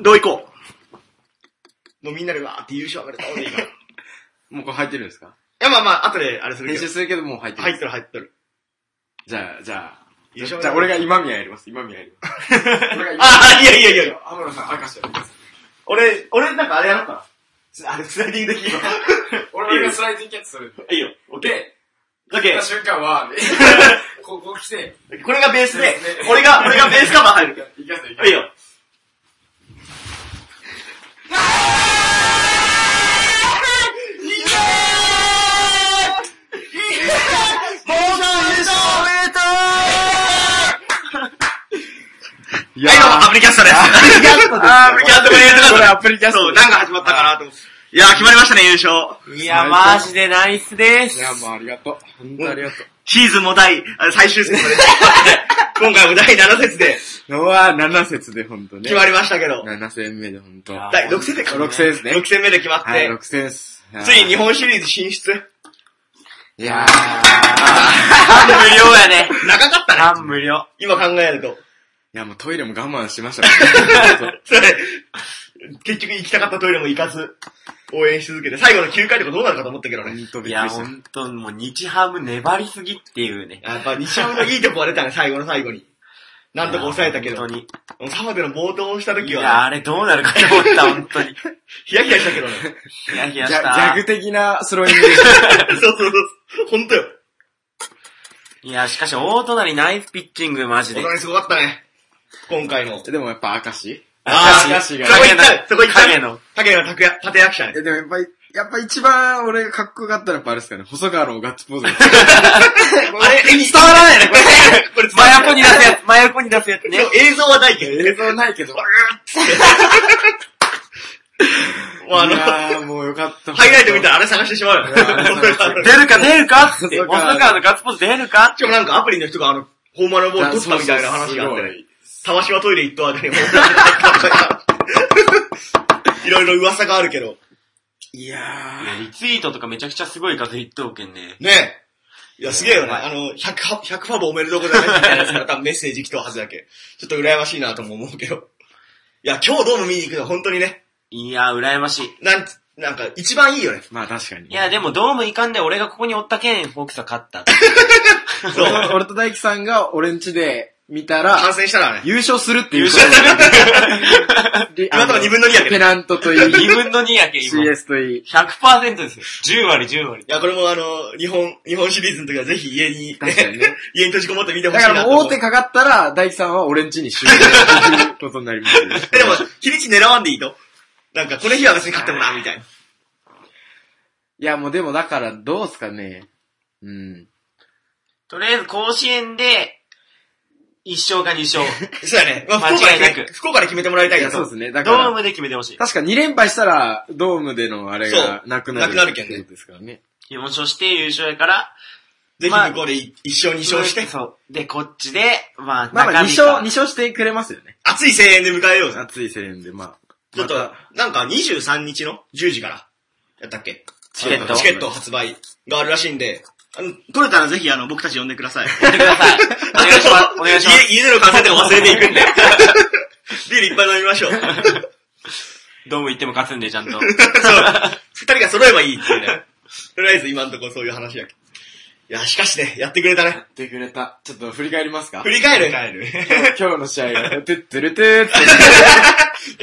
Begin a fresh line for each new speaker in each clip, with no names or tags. どういこう。もうみんなでわーって優勝上がる倒れていいから。い
もうこれ入ってるんですか
や、まあまあ、後であれする
編
け
集
ど。
するけどもう入ってる。
入ってる入ってる。
じゃあ、じゃあ。
優勝
じゃあ俺が今宮やります。今宮やります。俺が
あ、いやいやいやいや。
今、天野さん、明石やります。
俺、俺なんかあれやろうかな。あれ、スライディングできる
俺がスライディングキャッチするんで。
いいよ。オッケー。オッケ
行った瞬間は、ここ来て、
ー。これがベースで
そうです、ね
俺が、俺がベースカバー入る。
行きますよ、行きま
いいよ。はい、どうも、
い
アプリキャストです。ア
ア
プ
プ
リ
リ
キ
キ
ャ
ャ
ス
ス
ト
ト
これやってた
これアプリキャスト
そう、なんか始まったかなと思って。いやー、決まりましたね、優勝。
いや、マジでナイスで
い
す。
や、もうありがとう。本当ありがと
シーズンも第、あ最終節 まで。今回も第7節で
う。のは、7節で本当ね
決。まりましたけど、
7戦目で本当。
や
第6節でか。
6戦ですね。
6戦目で決まっ
はい、
て
6、戦です。
ついに日本シリーズ進出。
いやー。
感無量やね。
長かったな。
感無量。
今考えると。
いや、もうトイレも我慢しましたね
それ、結局行きたかったトイレも行かず、応援し続けて、最後の9回とかどうなるかと思ったけどね。
本当
い
びっく
や、
りし
ほ
た。
んと、もう日ハム粘りすぎっていうね。
やっぱ西山のいいとこは出たね、最後の最後に。なんとか抑えたけど
本、当に。
澤部の冒頭をした
い
時
や、
は、
あれどうなるかと思った、本当に。
ヒヤヒヤしたけどね。
ヒヤヒ
ギ
ヤ
ャ
した。
ギャグ的なスローイング でした。
そうそうそう。ほんとよ。
いや、しかし、大隣ナイスピッチング、マジ
お
で。
互いすごかったね。今回の。
でもやっぱ明石
あー
明石が
そこ行った
影
よ
の
そこ行ったよ
影の。
竹野拓也、立役者ね。
え、でもやっぱり、やっぱ一番俺がかっこよかったのはやっぱあれですかね、細川のガッツポーズ。
あれ、伝わらないね、これ。これ
真横に出すやつ、真横に出すやつね。
ね。映像はないけど。
映像ないけど。
もうあの、
い
ハ
やーもうよかった。
イライト見たらあれ探してしまうよ。
出るか出るかって、
そう
細
か
川のガッツポーズ出るか
しかもなんかアプリの人があの、ホームランボ
い
ー
や
ル取ったみたいな話があってね。玉島トイレ行った後にホームランボール取った。いろいろ噂があるけど。
いや
いやリツイートとかめちゃくちゃすごい数ヒットをけんね。
ねえ。いや、すげえよね。あの、100ファ、100ファブおめでとうございますみたいなやつから多分メッセージ来たはずだ け。ちょっと羨ましいなとも思うけど。いや、今日どうも見に行くの本当にね。
いや、羨ましい。
なんつ、なんか、一番いいよね。
まあ確かに。
いや、でもドームいかんで俺がここにおったけん、フォークスは勝った。
そう。
俺と俺と大輝さんが俺ん家で見た
感
ら、
染したらね。
優勝するっていう。
優勝す
る
今のとこ二分の二やけど
ペナントといい、
2分の2やけん、今。
CS といい。
100%ですよ。10割、10割。
いや、これもあの、日本、日本シリーズの時はぜひ家に、
確かにね
家に閉じこもって見て
だ
ほしいな
から
と
もう
思う。
大手かかったら、大輝さんは俺ん家に集合ということになりますよ。
え、 でも、日にち狙わんでいいと。なんか、この日は別に勝ってもな、みたいな。
いや、もうでもだから、どうすかね。うん。
とりあえず甲子園で、1勝か2勝。
そうやね。まあ、福岡
間
で
違いなく
決め、福岡で決めてもらいたいな
そう
と。
ですね。だか
ドー
ら、
ムで決めてほしい。
確か2連敗したら、ドームでのあれが
そう
なくなる。
なくなるけんね
ってことですからね。
4勝して優勝やから、
ぜひ
まあ
向こうでい一勝二勝して、
そう。で、こっちで、まあ、
まあまあ、2
中日か
勝、二勝してくれますよね。
熱い声援で迎えようぜ。
熱い声援で、まあ。
ちょっと、なんか23日の10時から、やったっけ
チケット
チケット発売があるらしいんで、あの、取れたらぜひあの、僕たち呼んでくだ さい。
やってください。 お願いします。お願いします。
家、家での感染点を忘れていくんで。ビールいっぱい飲みましょう。そう。
ドーム行っても勝つんで、ちゃんと。
二人が揃えばいいっていうね。とりあえず今んとこそういう話やけど。いや、しかしね、やってくれたね。
てくれた。ちょっと振り返りますか
振り返る返る。 い
今日の試合 が、てってるてーって。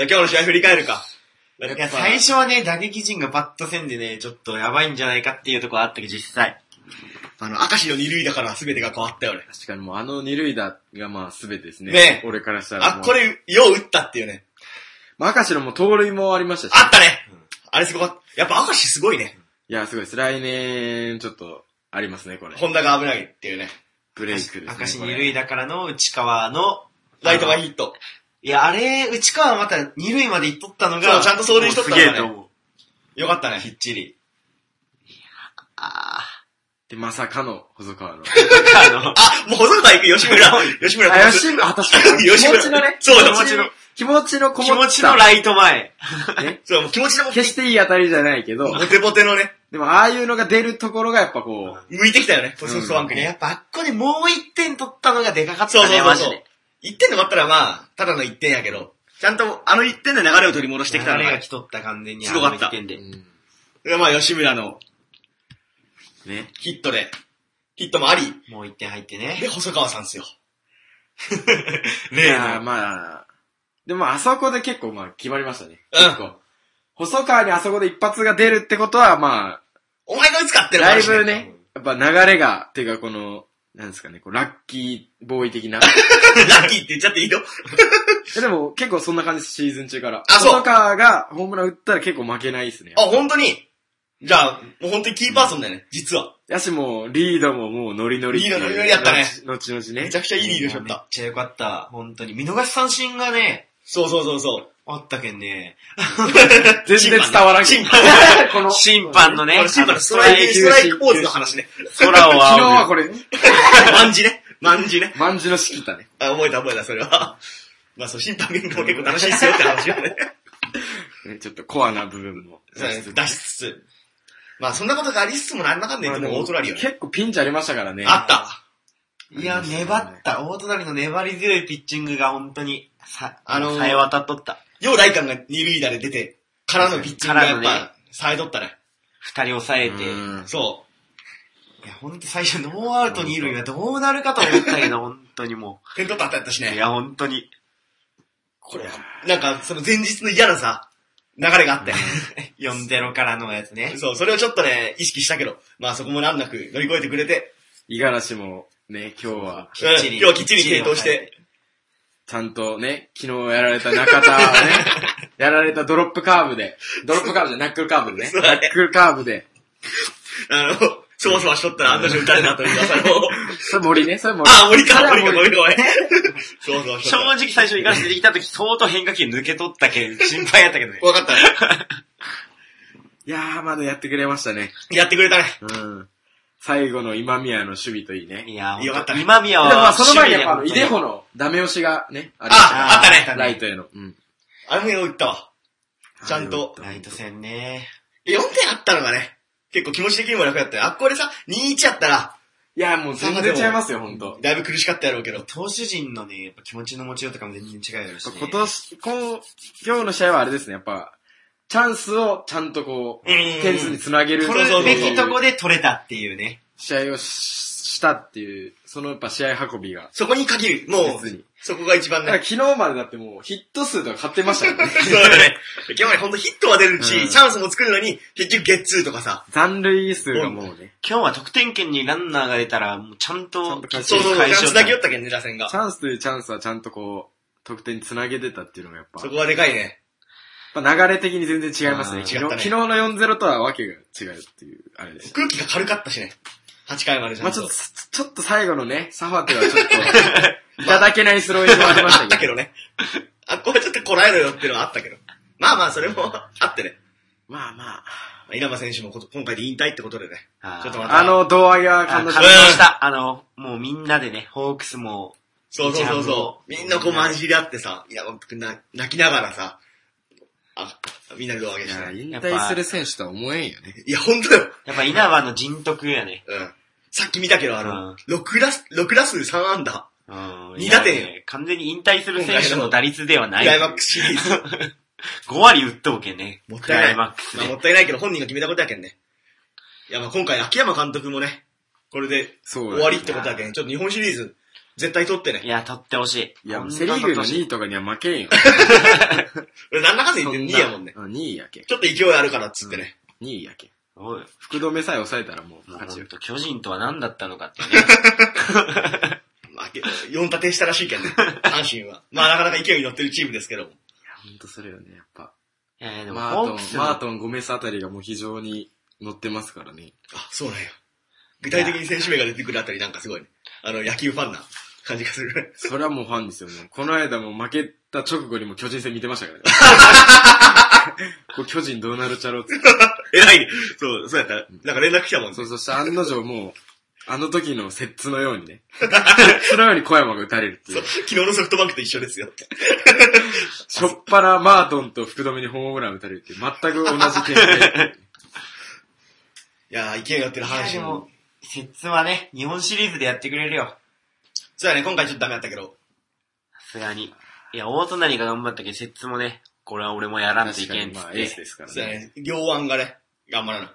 や、今日の試合振り返るか。なんかやっぱ、
最初はね、打撃陣がバット戦でね、ちょっとやばいんじゃないかっていうところあったけど、実際。
あの、明石の二塁だから全てが変わったよね。
確かにもうあの二塁打がまあ全てですね。
ね
俺からしたら
あ
もう。、
こ。れ、よう打ったっていうね。
まあ、明石のもう盗塁もありましたし。
あったねあれすごかった。やっぱ明石すごいね。
いや、すごいです。来年、ちょっと、ありますね、これ。
ホンダが危ないっていうね。
ブレイクですね。
明石
こ
二
れ
塁だからの内川の、
ライト前ヒット。
いや、あれ、内川はまた二塁まで行っとったの
そ
が、
うちゃんと走塁しとったのがね
もうすげえと思う。
よかったね、きっちり。
あ
で、まさかの、細川の。
ー。あの、
あ、もう細川行く、吉村。吉村
あ、 吉村、あ、確かに。
吉
気
村
持ちのね。
そうだ
気持ちの。気持ちのこ
気
も
持
っ
ちの
た。
ライト前。
ね
そう、もう気持ちでも、
決していい当たりじゃないけど、
ボテボテのね、
でも、ああいうのが出るところがやっぱこう、
向いてきたよね、ポソフトバンクに。
やっぱあっこでもう一点取ったのがでかかった
そう
ね、
そうそう
マジ
そう
で。。
1点で終わったらまあ、ただの1点やけど、ちゃんと、あの1点で流れを取り戻してきたの
流れ
が
が、来とった完全に。
すごかった
あの一点で
まあ、吉村の
ね。
ヒットで、ヒットもあり、
もう一点入ってね。
で、細川さんですよ。
い
例
やー
の。
まあ、でもあそこで結構まあ決まりましたね。
うん
結構。細川にあそこで一発が出るってことはま
お前が打つかっ
あ、
て
だいぶ
話
ね、やっぱ流れが、ていうかこの、なんですかね、こうラッキーボーイ 的 な。
ラッキーって言っちゃっていいよ。
えでも結構そんな感じです、シーズン中から。
あそう
細川がホームラン打ったら結構負けないですね
あ、。本当に。じゃあ、もう本当にキーパーソンだよね、実は。
やしもう、リードももうノリノリっていう
リードノリノリやったね
後々ね
めち。ゃくちゃいいリードしちゃっ。
めったちゃよかった。本当に。見逃し三振がね、
そうそうそうそう。
あったけんね。
全然伝わらんけ
審
ど。
判
この、
審判のね
こ、れ審判のストライク、ストライクポーズの話ね。
空を
昨日は
青
これ、
まんじね。まんじね。
万字の式だね。
あ、覚えた覚えた、それは。 まあ、そう、審判見るのも結構楽しいっすよって話をね。
ねちょっとコアな部分も。
そうです出しつつ。まあ、そんなことがありつつもなんだかんだ言ってもう大隣よね。
結構ピンチありましたからね。
あった。
いや、粘った。大隣の粘り強いピッチングが本当に、さ、
あ
あ
のー
の、さえ渡っとった。
よう大官が二塁打で出て、からのピッチングがやっ
からのね
ぱ、さえとったね。
二人抑え
う
て。い
ん
そ
や、本当最初、ノーアウト二塁がどうなるかと思った けど、本当にも
う。点取った後やったし
う。い
ね。
や、本当に。
これは、なんか、その前日の嫌なさ、流れがあって。
4-0からのやつね。
そう、それをちょっとね、意識したけど、まあそこも難なく乗り越えてくれて、
五十嵐もね、今日は、
うん
きっち
今
り
日はきっちり継投し
きっちり抑え
て、
ちゃんとね、昨日やられた中田をね、 やられたドロップカーブで、ドロップカーブじゃナックルカーブでね、
そう
ナ
だね
ックルカーブで、
あの、そわそわしとったらあんなに打たれたというか、 その、
それ森ね、それ森。
あ、森か、
それは
森か、森か、おい。 そうそう
正
そう。
直最初、イカス出てきた時、相当変化球抜け取ったけん、心配やった けどね。
分かったね。
いやー、まだやってくれましたね。
やってくれたね。
うん。最後の今宮の守備といいね。
いや、
よかったね
今宮
でもま
は
あ、その前にやっぱあの、
守
イ
備
デ
で本
ホのダメ押しがね、ありましたね
あ、あったね。
ライトへの。うん。
あの辺を打ったわ。ちゃんと
当にライト線ね。
4点あったのがね、結構気持ち的にも楽だったよ。あっこれさ、2-1やったら、
いや、もう全然違いますよ、ほんと。
だいぶ苦しかったやろうけど。
投手陣のね、やっぱ気持ちの持ちようとかも全然違うよし、ね。
今年、今、今日の試合はあれですね、やっぱ、チャンスをちゃんとこう、
うん
点数につなげる
そうそうそう
取るべきとこで取れたっていうね。
試合をししたっていう、そのやっぱ試合運びが。
そこに限る。もう
別に、
そこが一番
だから
ね。
昨日までだってもうヒット数とか勝ってましたからね。
そうだね。今日までほんとヒットは出るし、
うん
チャンスも作るのに、結局ゲッツーとかさ。
残塁数がもうね、
今日は得点圏にランナーが出たら、もうちゃん
ちゃんと、
と
勝ち
そうそうそう、
返
チャ
し
ン
よ
ス
った
だけよったけんね、打線が
チ。ャンスというチャンスはちゃんとこう、得点につなげてたっていうのがやっぱ、
そこはでかいね。
やっぱ流れ的に全然違いますね。
あー
違
昨日
ったね
昨日の4-0とはわけが違うっていう、あれでした。
空気が軽かったしね。8回までちゃ
まあ
ん
ち
と。
ょっと、ちょっと最後のね、サファテはちょっ と、いただけないスローイングがありまし
あ
た
った
けど
け。どね。あ、これちょっとこらえろよっていうのはあったけど。まあまあ、それもあってね。
まあま
稲葉選手もこと今回で引退ってことでね。
あー
ちょっとま
あ、
た。
あ、の、胴上げは
あ
感
感動
動し。
したた。あの、もうみんなでね、ホークスも、
そうそうそう
日ハム
そ
も
う。みんなこう混じり合ってさ、いや、な泣きながらさ、あ、みんなで胴上げ
い
した
や
ね。
引退する選手とは思えんよね。
いや、ほんとだよ。
やっぱ稲葉の人徳やね。
うん。さっき見たけど、あ
う
の
ん、
6打数、6打数3安打。
うん。
二打点
いやね完全に引退する選手の打率ではな
ク
い。
ライマックスシリーズ。
5割打っとうけんね。
もった
ク
いない
ライマックス
まあ、も
で。
ったいないけど本人が決めたことやけんね。いや、まあ今回秋山監督もね、これで
そうだね
終わりってことやけん、ちょっと日本シリーズ、絶対取って
い
ね。
や、取ってほしい。
いや、もう
本当
セリーグの2
取ってほしい
位とかには負け んよ。
俺なんだかんだ言って2位やもんね。
そな。2位やけ。
ちょっと勢いあるからっつってね。
2位やけ。
おい
福留さえ抑えたらもう
もう
勝ち
ほ
よ
ん。と巨人とは何だったのかって ね。
まあ、4立てしたらしいけんね。阪神は。まあなかなか勢いに乗ってるチームですけども。
ほんとそれよね、やっぱ。
えー、でも、
マー
ホ
ト
ークス
ン、マー
の、
トン、ゴメスあたりがもう非常に乗ってますからね。
あ、そうなんや。具体的に選手名が出てくるあたりなんかすごいね。あの、野球ファンな感じがする ね。
それはもうファンですよ、もう。この間も負けた直後にも巨人戦見てましたからね。 こう巨人どうなるちゃろうって。
えらい。そう、そうやった。なんか連絡来たもんね
そ。う、そして案の定もう、あの時の摂津のように ね。摂津のように小山が打たれるってい
そう
う。
昨日のソフトバンクと一緒ですよ。
しょっぱなマートンと福留にホームラン打たれるっていう、全く同じ点で。
いやー、勢いに乗ってる阪
いやで
神も
も。、節はね、日本シリーズでやってくれるよ。
そうやね、今回ちょっとダメだったけど。
さすがに。いや、大隣が頑張ったけど、摂津もね、これは俺もやらんといけんっつ
ま
っ
あ、エース
て。
ですから
そうや
ね。
ね。両腕がね、頑張らな。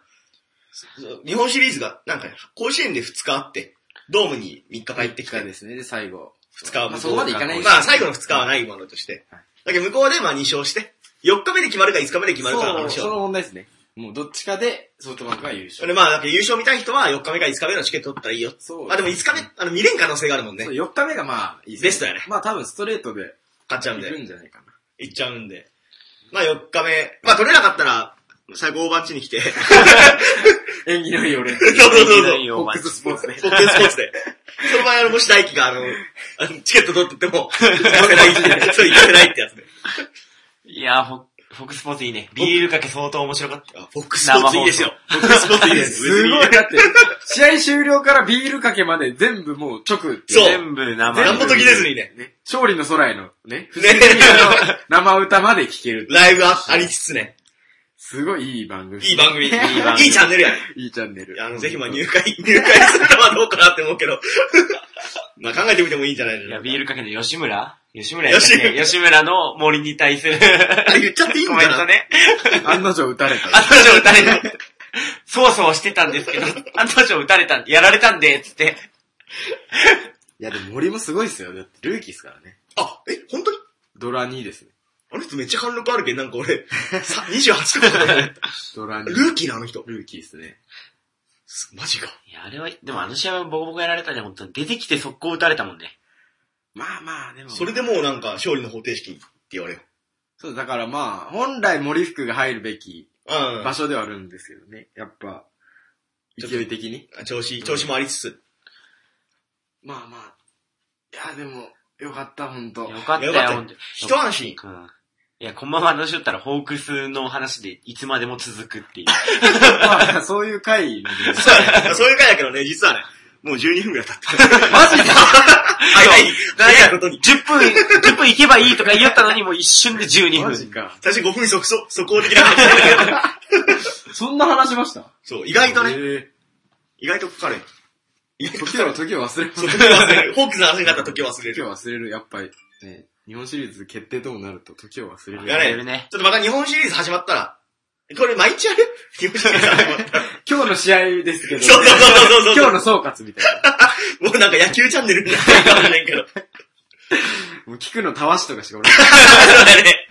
そう日本シリーズが、なんか、ね、甲子園で2日あって、ドームに3日帰ってき
2
て
日、ですね。で、最後。
2日は
ま
向
あ、
こ
そうこ
が
までいかない
まあ、最後の2日はないものとして。
はい
だけど、向こうでまあ2勝して、4日目で決まるか5日目で決まるかの
そう、
話
そ
を。
の問題ですね。もう、どっちかで、ソフトバンクが優勝。
で、まあ、だけど優勝見たい人は4日目か5日目のチケット取ったらいいよ。
そう。
まあでも5日目、あの、見れん可能性があるもんね
そう。4日目がまあ、いいです
ベストやね
まあ、多分ストレートで、
勝っちゃうん
い
で
く。んじゃないかな。
行っちゃうんで。まあ4日目、まあ取れなかったら、最後大番地に来て、 そう
演技のいい俺。
そうそうそう。
そ
ボックススポーツで。
ポッケスポーツ で。その場合、あの、もし大輝が、あの、 あのチケット取ってても、行かせない って、そう、行かせないってやつね。
いや、フォフォックスポーツいいね。ビールかけ相当面白かった。
あ、フォックスポーツいいですよ。フォックスポーツいい です。
すごい、だって、試合終了からビールかけまで全部もう直って
そう
全部生。
何も途切れずにね。
ね、勝利の空へのね、
ね、
生歌まで聴ける。
ライブあありつつね、
すごいいい番組。
いい番組、いい
番組
チャンネルやね。
いいチャンネル
いやあの、ぜひまあ入会、入会するのはどうかなって思う けど、まあ考えてみてもいいんじゃないで
い
しょ
や、
う
ビールかけの吉村吉村やったっ
吉
け吉村の森に対する
か。言っちゃっていいん
コ
か
メン
な
トね。
案の定打た れた。
案の定打たれた。そうそうしてたんですけど、案の定打たれたんで、やられたんで、つって。
いや、でも森もすごいっすよ。だってルーキーっすからね。
あ、え、本当に
ドラ2ですね。
あの人めっちゃ貫禄あるけど、なんか 俺、さ28とかだと思った
ドラ2。
ルーキーなあの人。
ルーキーっすね。
すマジか。
いや、あれは、でもあの試合はボコボコやられたね、本当に。出てきて速攻打たれたもんね。
まあまあ、でも。
それでもうなんか、勝利の方程式って言われよ。
そう、だからまあ、本来森福が入るべき
うん
場所ではあるんですけどね。やっぱ、勢い的に。
調子、調子もありつつ。
まあまあ。いや、でも、よかった、ほんと
よ。かった
よかっ
よ、
た
本当に。
一安心。
うん。いや、こんばんは話しよったら、ホークスの話でいつまでも続くっていう。
まあ、そういう回なんで。
そういう回だけどね、実はね、もう12分ぐらい 経った。
マジで
早い、早いことに。
10分、10分行けばいいとか言いよったのに、もう一瞬で12
マジ
分。
か。
私5分即走、速攻的な感じだったけど
そんな話しました
そう、意外とね、
ね。
意外とかか る。意外とか
時
か
は
る。
時を忘れます
そう、時を忘れる。ホークスの話になったら時を忘れ
時
る。
を忘れる。やっぱり、ね、日本シリーズ決定ともなると時を忘れる。
やれ
るね。
ちょっとまた日本シリーズ始まったら、これ毎日 やる日本シリーズ始まったら。
今日の試合ですけど、
そうそうそうそうそう。
今日の総括みたいな。
もうなんか野球チャンネルみたいになるかもしれん けど。
もう聞くのたわしとかし か俺。
そうだね。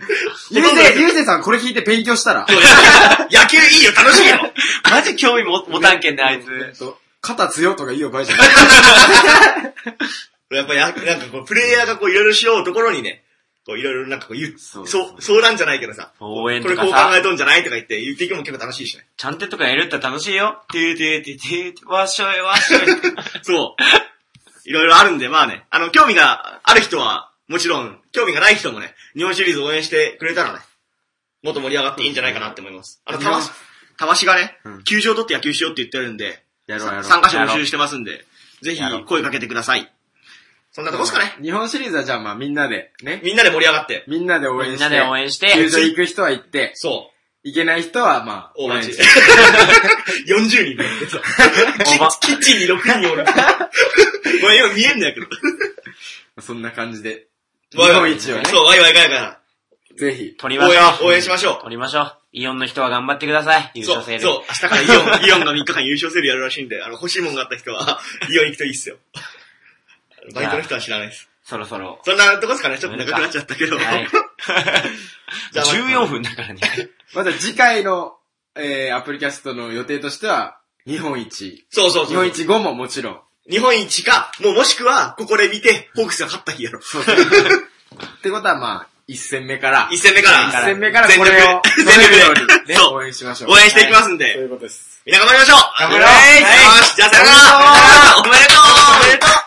ゆうせい、ゆうせいさんこれ聞いて勉強したら。
野球いいよ、楽しいよ。
マジ興味も持たんけんね、あいつ。
ほんと肩強とかいいよ、ばいじゃん。
やっぱや、なんかこう、プレイヤーがこう、いろいろしようところにね、こう、いろいろなんかこう、言う、
そ
そうう、相談じゃないけどさ、
応援
これ
と
こう
か
考
さ、
えとんじゃないとか言って、言っていくのも結構楽しいしね。
ちゃんてとかやるったら楽しいよ。てゅーてゅーてゅーてゅーてゅー、わっしょいわっしょい。
そう。いろいろあるんで、まあね、あの、興味がある人は、もちろん、興味がない人もね、日本シリーズ応援してくれたらね、もっと盛り上がっていいんじゃないかなって思います。あの、たわし、たわしがね
うん、
球場取って野球しようって言ってるんで、
やろうやろう。
参加者募集してますんで、ぜひ
やろう
声かけてください。そんなとこっすかね。
日本シリーズはじゃあまあみんなで、ね。
みんなで盛り上がって。
みんなで応
み
援
ん
し
なで
て。
応援 し
球
て、
場行く人は行って、
そう。
行けない人はまあ、
大町。
応援
40
して
人でやってさ。キッチンキッチンに6人お る。ごめん、今見えんのやけど。
そんな感じで、日
わいわ
本
い
一をね、
そう、ワイワイガヤガヤ。
ぜひ。
取りましょ
応
う。
援、応援しましょ
取りましょう。イオンの人は頑張ってください。
う。
優
そう、
勝
そ
セ
う、
ール。
明日からイオン、イオンが3日間優勝セールやるらしいんで、あの、欲しいもんがあった人は、イオン行くといいっすよ。バイトの人は知らないです。
そろそろ。
そんなとこですかね、ちょっと長くなっちゃったけど。
はい。
じゃあ
14分だからね。
また次回の、えー、アプリキャストの予定としては、日本一。
そうそう
日
そ
本
う。
一後ももちろん。
日本一か、もうもしくは、ここで見て、ホークスが勝った日やろ。
そうそうってことはまあ、一戦目から、
1戦目から、
一戦目からこれを、
全力
取れるように、
で
ね、
そう
応援しましょう。
応援していきますん
と
で、
いうことです。
みんな頑張りましょう
頑張ろう
はいよし、じゃあさよならおめでとうおめでとう